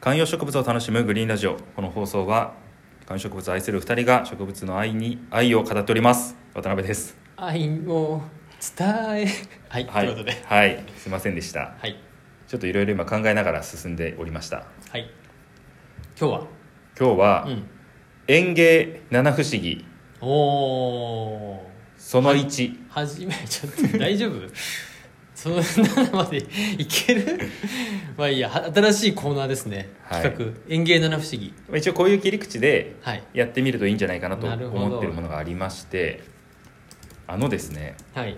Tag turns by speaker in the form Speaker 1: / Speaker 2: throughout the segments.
Speaker 1: 観葉植物を楽しむグリーンラジオこの放送は観葉植物を愛する2人が植物の愛に愛を語っております渡辺です
Speaker 2: 愛を伝えはい、
Speaker 1: はい
Speaker 2: ということで
Speaker 1: はいすいませんでした
Speaker 2: はい
Speaker 1: ちょっといろいろ今考えながら進んでおりました
Speaker 2: はい今日は
Speaker 1: 今日は
Speaker 2: うん
Speaker 1: 園芸七不思議
Speaker 2: おお
Speaker 1: その1、
Speaker 2: 初めち ょっと大丈夫そんなのまでいけるまあいいやは新しいコーナーですね、
Speaker 1: はい
Speaker 2: 企画「園芸七不思議
Speaker 1: まあ一応こういう切り口で」
Speaker 2: はい
Speaker 1: やってみるといいんじゃないかなと
Speaker 2: なるほど
Speaker 1: 思ってるものがありましてあのですね
Speaker 2: はい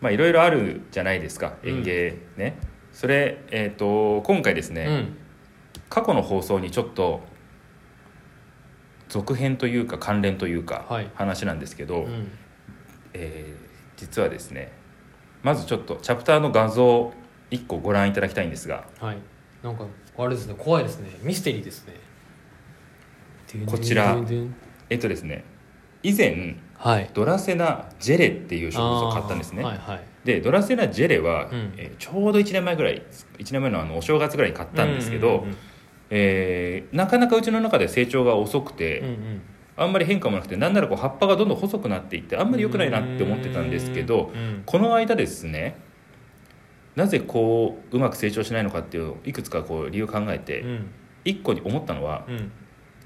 Speaker 1: まあいろいろあるじゃないですか
Speaker 2: うん
Speaker 1: 園芸ね、それ、えー、と今回ですね、
Speaker 2: うん
Speaker 1: 過去の放送にちょっと続編というか関連というか
Speaker 2: はい
Speaker 1: 話なんですけど、
Speaker 2: うん
Speaker 1: えー実はですねまずちょっとチャプターの画像1個ご覧いただきたいんですが
Speaker 2: はいなんかあれですね怖いですねミステリーですね
Speaker 1: こちら
Speaker 2: でんでんでんでん
Speaker 1: えっとですね以前
Speaker 2: はい
Speaker 1: ドラセナジェレっていう植物を買ったんですね、
Speaker 2: あーはいはい
Speaker 1: でドラセナジェレは、
Speaker 2: うん
Speaker 1: えーちょうど1年前ぐらい1年前のあのお正月ぐらいに買ったんですけど、
Speaker 2: うんうん
Speaker 1: えーなかなかうちの中で成長が遅くて、
Speaker 2: うんうんうん
Speaker 1: あんまり変化もなくてなんならこう葉っぱがどんどん細くなっていってあ
Speaker 2: あ
Speaker 1: んまり良くないなって思ってたんですけど
Speaker 2: うん
Speaker 1: この間ですねなぜこううまく成長しないのかっていうのをいくつかこう理由を考え
Speaker 2: う
Speaker 1: て
Speaker 2: ん
Speaker 1: 1個に思ったのは
Speaker 2: うん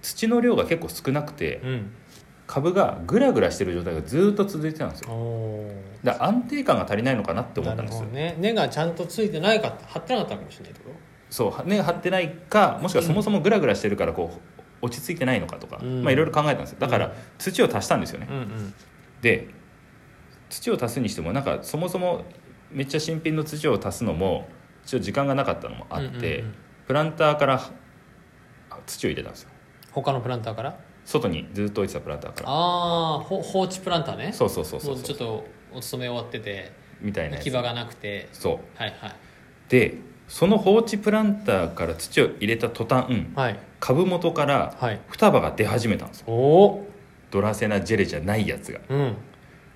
Speaker 1: 土の量が結構少なくて
Speaker 2: うん
Speaker 1: 株がグラグラしてる状態がずっと続いてたんですよ
Speaker 2: おー
Speaker 1: だから安定感が足りないのかなって思った
Speaker 2: な
Speaker 1: ん
Speaker 2: る
Speaker 1: で
Speaker 2: ほ
Speaker 1: す
Speaker 2: どね根がちゃんとついてないかって張ってなかったかもしれないってこ
Speaker 1: そう根が張ってないかもしくはそもそもグラグラしてるからこう落ち着いてないのかとか
Speaker 2: うん
Speaker 1: まあいろいろ考えたんですよだか
Speaker 2: う
Speaker 1: ら
Speaker 2: ん
Speaker 1: 土を足したんですよね
Speaker 2: とうんうん
Speaker 1: で土を足すにしてもなんかそもそもめっちゃ新品の土を足すのもちょっと時間がなかったのもあって、
Speaker 2: うんうんうん
Speaker 1: プランターからあ土を入れたんですよ
Speaker 2: 他のプランターから
Speaker 1: 外にずっと置いてたプランターか
Speaker 2: ああ放置プランターね
Speaker 1: らそうそうそうそう
Speaker 2: もうちょっとお勤め終わってて
Speaker 1: みたいな
Speaker 2: 行
Speaker 1: や
Speaker 2: き
Speaker 1: つ
Speaker 2: 場がなくて
Speaker 1: そう
Speaker 2: はいはい
Speaker 1: でその放置プランターから土を入れた途端
Speaker 2: はい
Speaker 1: 株元から
Speaker 2: はい
Speaker 1: 双葉が出始めたんですよ
Speaker 2: おお
Speaker 1: ドラセナジェレじゃないやつが
Speaker 2: うん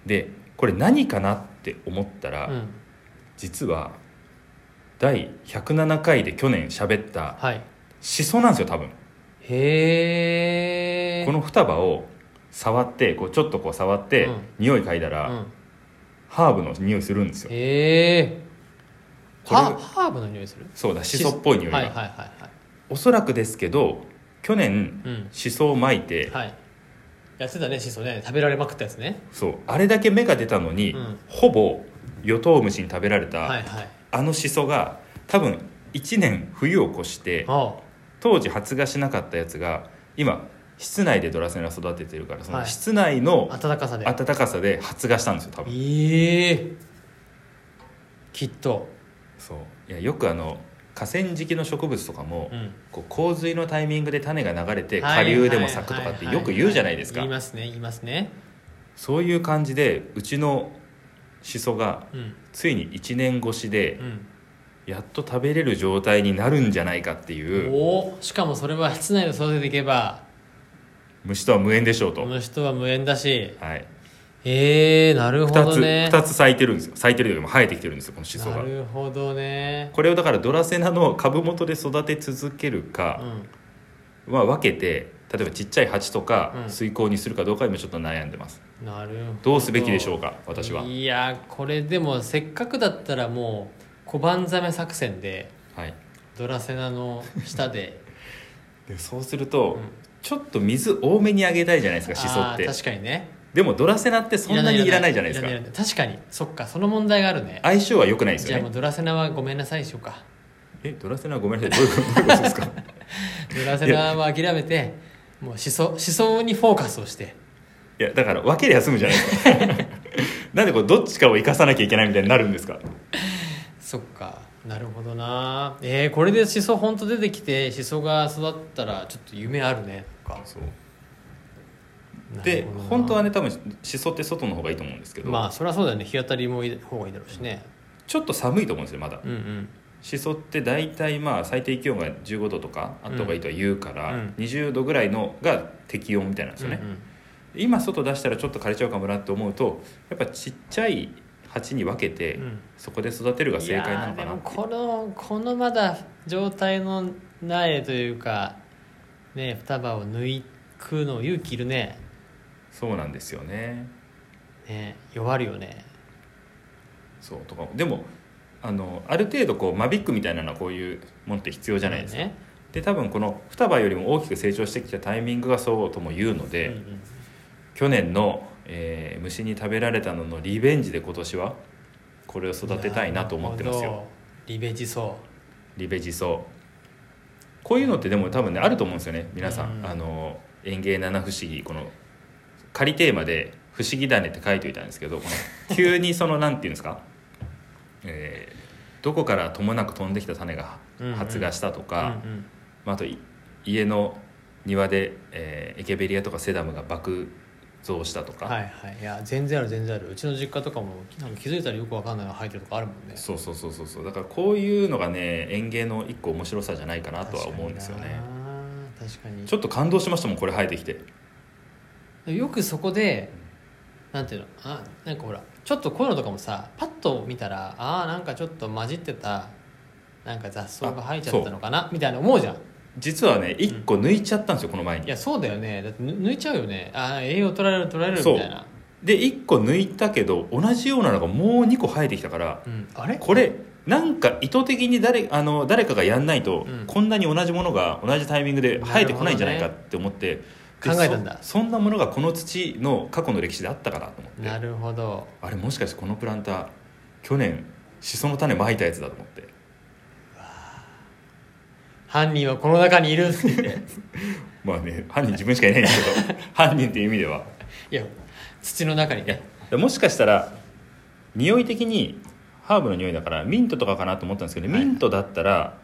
Speaker 1: でこれ何かなって思ったら、
Speaker 2: うん
Speaker 1: 実は第107回で去年喋った
Speaker 2: はい
Speaker 1: しそなんですよ多分
Speaker 2: へえ
Speaker 1: この双葉を触ってこうちょっとこう触って、
Speaker 2: うん
Speaker 1: 匂い嗅いだら、
Speaker 2: うん
Speaker 1: ハーブの匂いするんですよ
Speaker 2: へえ
Speaker 1: これ
Speaker 2: ハハーブの匂いする
Speaker 1: そうだしそっぽい匂いが、
Speaker 2: はいはいはいはい
Speaker 1: おそらくですけど去年
Speaker 2: うん
Speaker 1: しそをまいて、
Speaker 2: はいやってたねシソね食べられまくったやつね
Speaker 1: そうあれだけ芽が出たのに、
Speaker 2: うん
Speaker 1: ほぼヨトウムシに食べられた、
Speaker 2: はいはい
Speaker 1: あのしそが多分1年冬を越して
Speaker 2: あ
Speaker 1: 当時発芽しなかったやつが今室内でドラセナ育ててるからその
Speaker 2: はい
Speaker 1: 室内の
Speaker 2: あ暖かさで
Speaker 1: 暖かさで発芽したんですよ多分
Speaker 2: ええきっと
Speaker 1: そういやよくあの河川敷の植物とかも、
Speaker 2: うん
Speaker 1: こう洪水のタイミングで種が流れて下流でも咲くとかってよく言うじゃないですか
Speaker 2: 言いますね言いますね
Speaker 1: そういう感じでうちのしそが
Speaker 2: うん
Speaker 1: ついに1年越しで
Speaker 2: うん
Speaker 1: やっと食べれる状態になるんじゃないかっていう
Speaker 2: おしかもそれは室内で育てていけば
Speaker 1: 虫とは無縁でしょうと、
Speaker 2: この人は無縁だし
Speaker 1: はい、
Speaker 2: ええなるほ
Speaker 1: 2
Speaker 2: ど
Speaker 1: つ
Speaker 2: ね
Speaker 1: 2つ咲いてるんですよ咲いてるよりも生えてきてるんですよこのしそ
Speaker 2: な
Speaker 1: が
Speaker 2: るほどね
Speaker 1: これをだからドラセナの株元で育て続ける
Speaker 2: う
Speaker 1: か
Speaker 2: ん
Speaker 1: は分けて例えばちっちゃい鉢とか
Speaker 2: うん
Speaker 1: 水耕にするかどうか今ちょっと悩んでます
Speaker 2: なるほど
Speaker 1: どうすべきでしょうか私はい
Speaker 2: やこれでもせっかくだったらもう小判ザメ作戦で
Speaker 1: はい
Speaker 2: ドラセナの下 で
Speaker 1: でそうすると、
Speaker 2: うん
Speaker 1: ちょっと水多めにあげたいじゃないですかしそ
Speaker 2: あ
Speaker 1: っ
Speaker 2: ー
Speaker 1: て
Speaker 2: 確かにね
Speaker 1: でもドラセナってそんなにいらないじゃないですから
Speaker 2: ら確かにそっかその問題があるね
Speaker 1: 相性は良くないです
Speaker 2: じゃ
Speaker 1: よ
Speaker 2: あもう
Speaker 1: ね
Speaker 2: ドラセナはごめんなさいでしょうか
Speaker 1: えドラセナごめんなさいどういうこと どういうことですか
Speaker 2: ドラセナは諦めてもう思想思想にフォーカスをして
Speaker 1: いやだから分けで休むじゃないですか なんでこうどっちかを生かさなきゃいけないみたいになるんですか
Speaker 2: そっかなるほどなえー、これで思想本当出てきて思想が育ったらちょっと夢あるねとか
Speaker 1: そうで本当は
Speaker 2: ね
Speaker 1: ね多分しそって外の方がいいと思うんですけど、
Speaker 2: まあそりゃそうだよね日当たりもいい方がいいだろうしね
Speaker 1: ちょっと寒いと思うんですよまだ
Speaker 2: うんうん
Speaker 1: しそって大体まあ最低気温が15度とかあった方がいいとは言うから、
Speaker 2: うん
Speaker 1: 20度ぐらいのが適温みたいなんですよね、
Speaker 2: うんうん
Speaker 1: 今外出したらちょっと枯れちゃうかもなって思うとやっぱちっちゃい鉢に分けて、
Speaker 2: うん
Speaker 1: そこで育てるが正解なのか
Speaker 2: いやーで
Speaker 1: な
Speaker 2: もこのこのまだ状態の苗というかね双葉を抜くの勇気いるね
Speaker 1: そうなんですよね
Speaker 2: ね弱るよね
Speaker 1: そうとかでもあのある程度こう間引くみたいなのはこういうものって必要じゃないですか、
Speaker 2: ね
Speaker 1: で多分この双葉よりも大きく成長してきたタイミングがそうとも言うので、
Speaker 2: うんうん
Speaker 1: 去年の、えー虫に食べられたののリベンジで今年はこれを育てたいなと思ってます
Speaker 2: なる
Speaker 1: よ
Speaker 2: ほどリベジそ
Speaker 1: リベジソウこういうのってでも多分ねあると思うんですよね皆さん、
Speaker 2: うん
Speaker 1: あの園芸七不思議この仮テーマで「不思議種」って書いておいたんですけどこの急にそのなんていうんですか、 えーどこからともなく飛んできた種が
Speaker 2: うんうん
Speaker 1: 発芽したと
Speaker 2: う、う
Speaker 1: か、
Speaker 2: ん
Speaker 1: まあ、あとい家の庭で、えーエケベリアとかセダムが爆増したと
Speaker 2: う
Speaker 1: か、
Speaker 2: ん、はいはいいや全然ある全然あるうちの実家とかもなんか気づいたらよくわかんないのが入ってるとかあるもんね
Speaker 1: そうそうそうそうそうだからこういうのがね園芸の一個面白さじゃないかなとは思うんですよね
Speaker 2: 確かにな
Speaker 1: ちょっと感動しましたもんこれ生えてきて
Speaker 2: 確かによくそこでなんていうのあなんかほらちょっとこういうのとかもさパッと見たらああなんかちょっと混じってたなんか雑草が生えちゃったのかなみたいな思うじゃん
Speaker 1: 実はね一個抜いちゃったんですよ、この前
Speaker 2: い
Speaker 1: に
Speaker 2: やそうだよねだってぬ抜いちゃうよねああ栄養取られる取られるみたいな
Speaker 1: で一個抜いたけど同じようなのがもう二個生えてきたから
Speaker 2: う、ん、あれ
Speaker 1: これなんか意図的に誰あの誰かがやんないと、
Speaker 2: うん
Speaker 1: こんなに同じものが同じタイミングで生えてこないんじゃないかって思って、で
Speaker 2: 考えたんだ
Speaker 1: そそんなものがこの土の過去の歴史であったかなと思って
Speaker 2: なるほど
Speaker 1: あれもしかしてこのプランター去年シソの種まいたやつだと思って
Speaker 2: 犯人はこの中に いるって言って
Speaker 1: まあね犯人自分しかいないんですけ ど犯人っていう意味ではい
Speaker 2: や土の中に
Speaker 1: いや
Speaker 2: ね
Speaker 1: もしかしたら匂い的にハーブの匂いだからミントとかかなと思ったんですけど、
Speaker 2: はい
Speaker 1: ミントだったら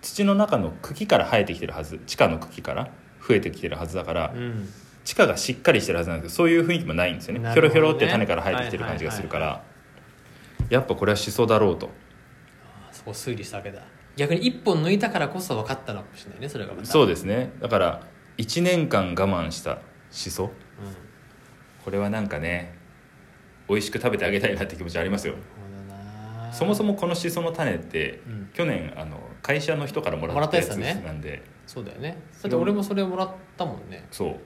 Speaker 1: 土の中の茎から生えてきてるはず地下の茎から増えてきてるはずだから、
Speaker 2: うん
Speaker 1: 地下がしっかりしてるはずなんですけどそういう雰囲気もないんですよね
Speaker 2: な
Speaker 1: ひょろ
Speaker 2: るほ
Speaker 1: ひょ
Speaker 2: どね
Speaker 1: ろって種から生えてきてる感じがするから、
Speaker 2: はい
Speaker 1: やっぱこれはシソだろうと
Speaker 2: あそこ推理したわけだ逆に一本抜いたからこそ分かったのかもしれないねそれがまた、
Speaker 1: そううですねだから1年間我慢したシソ
Speaker 2: ん、なる
Speaker 1: これはなんかね美味しく食べてあげたいなって気持ちありますよ
Speaker 2: ほどな
Speaker 1: そもそ
Speaker 2: も
Speaker 1: もこのシソの種って、
Speaker 2: うん
Speaker 1: 去年あの会社の人からもら
Speaker 2: もら
Speaker 1: っ
Speaker 2: ったた
Speaker 1: や
Speaker 2: や
Speaker 1: つ
Speaker 2: つだね
Speaker 1: なんで、
Speaker 2: そうだよねだって俺もそれもらったもんね
Speaker 1: そ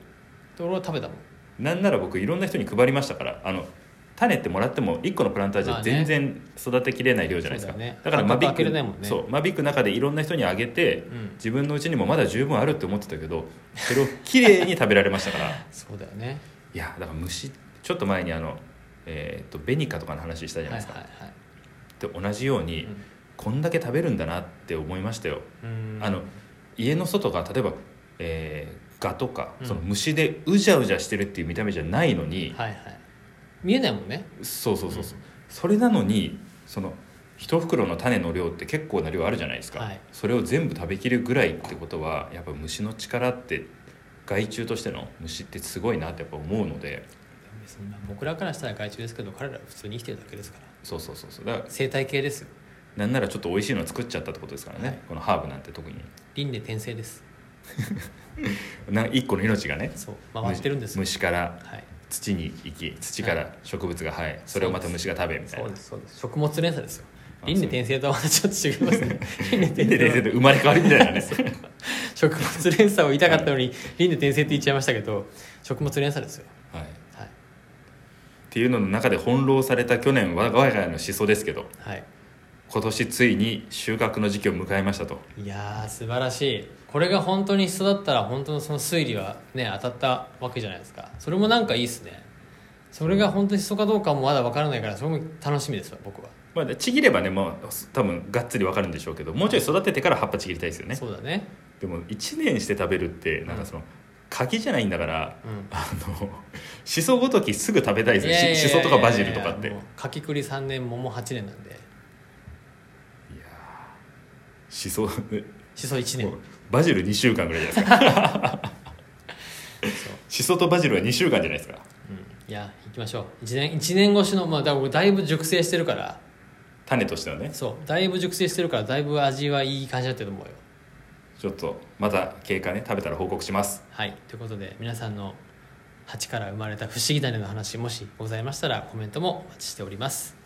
Speaker 2: で俺は食べたもん
Speaker 1: うなんなら僕いろんな人に配りましたからあの種ってもらっても1個のプランターじ
Speaker 2: ま
Speaker 1: ゃ
Speaker 2: あね
Speaker 1: 全然育てきれない量じゃないですか、
Speaker 2: そうだよね
Speaker 1: から間
Speaker 2: 価格
Speaker 1: 引
Speaker 2: 開け
Speaker 1: く
Speaker 2: れないもんね
Speaker 1: そう間引く中でいろんな人にあげて
Speaker 2: うん
Speaker 1: 自分のうちにもまだ十分あるって思ってたけどそれをきれいに食べられま したからい
Speaker 2: そうだよね
Speaker 1: やだから虫ちょっと前にあの、えーっとベニカとかの話したじゃない
Speaker 2: はい
Speaker 1: ですか、
Speaker 2: はいはい
Speaker 1: で同じように、
Speaker 2: うん
Speaker 1: こんだけ食べるんだなって思いましたよ、
Speaker 2: うん
Speaker 1: あの家の外が例えば、えーガとか、
Speaker 2: うん
Speaker 1: その虫でうじゃうじゃしてるっていう見た目じゃないのに、
Speaker 2: はいはい見えないもんね
Speaker 1: そうそうそうそう、それなのにその一袋の種の量って結構な量あるじゃないですか、
Speaker 2: はい
Speaker 1: それを全部食べきるぐらいってことはやっぱ虫の力って害虫としての虫ってすごいなってやっぱ思うので
Speaker 2: そんな僕らからしたら害虫ですけど彼らは普通に生きてるだけですから
Speaker 1: そうそうそうそうだから
Speaker 2: 生態系ですよ
Speaker 1: なんならちょっと美味しいの作っちゃったってことですからね、
Speaker 2: はい
Speaker 1: このハーブなんて特に
Speaker 2: 輪廻転生です
Speaker 1: な一個の命がね
Speaker 2: そう回ってるんですよ
Speaker 1: 虫虫から
Speaker 2: はい
Speaker 1: 土に行き土から植物が生えそれをまた虫が食べみたい
Speaker 2: そ
Speaker 1: な
Speaker 2: うですそうです食物連鎖ですよ
Speaker 1: あ
Speaker 2: 輪廻転生とはまたちょっと違いますね 輪廻
Speaker 1: でで
Speaker 2: 転
Speaker 1: で
Speaker 2: 生
Speaker 1: で
Speaker 2: は
Speaker 1: 生まれ変わりみたいな ね
Speaker 2: 食物連鎖を言いたかったのに輪廻転生って言っちゃいましたけど食物連鎖ですよ
Speaker 1: はいっ
Speaker 2: はい、
Speaker 1: ていうのの中で翻弄された去年我が家のシソですけど
Speaker 2: はい、
Speaker 1: 今年ついに収穫の時期を迎えましたと
Speaker 2: いやー素晴らしいこれが本当に一緒だったら本当のその推理はね当たったわけじゃないですかそれもなんかいいですねそれが本当にそうかどうかもまだ分からないからそれも楽しみですわ僕は、
Speaker 1: まあでちぎればねもう多分がっつりわかるんでしょうけどもうちょい育ててから葉っぱちぎりたいですよね
Speaker 2: そうだね
Speaker 1: でも1年して食べるってなんかその柿じゃないんだから
Speaker 2: うん
Speaker 1: あの シソごときすぐ食べたいです
Speaker 2: いやいや
Speaker 1: ね
Speaker 2: いや
Speaker 1: しシソとかバジルとかって
Speaker 2: もうかきくり3年桃8年なんで
Speaker 1: いやーシソ
Speaker 2: しそ1年
Speaker 1: もうバジル2週間ぐらいじゃないですかシソとバジルは2週間じゃないですか
Speaker 2: うんいや行きましょう1年一年越しの、まあ、だからだいぶ熟成してるから
Speaker 1: 種としてはね
Speaker 2: そうだいぶ熟成してるからだいぶ味はいい感じだったと思うよ
Speaker 1: ちょっとまた経過ね食べたら報告します
Speaker 2: はいということで皆さんの鉢から生まれた不思議種の話もしございましたらコメントもお待ちしております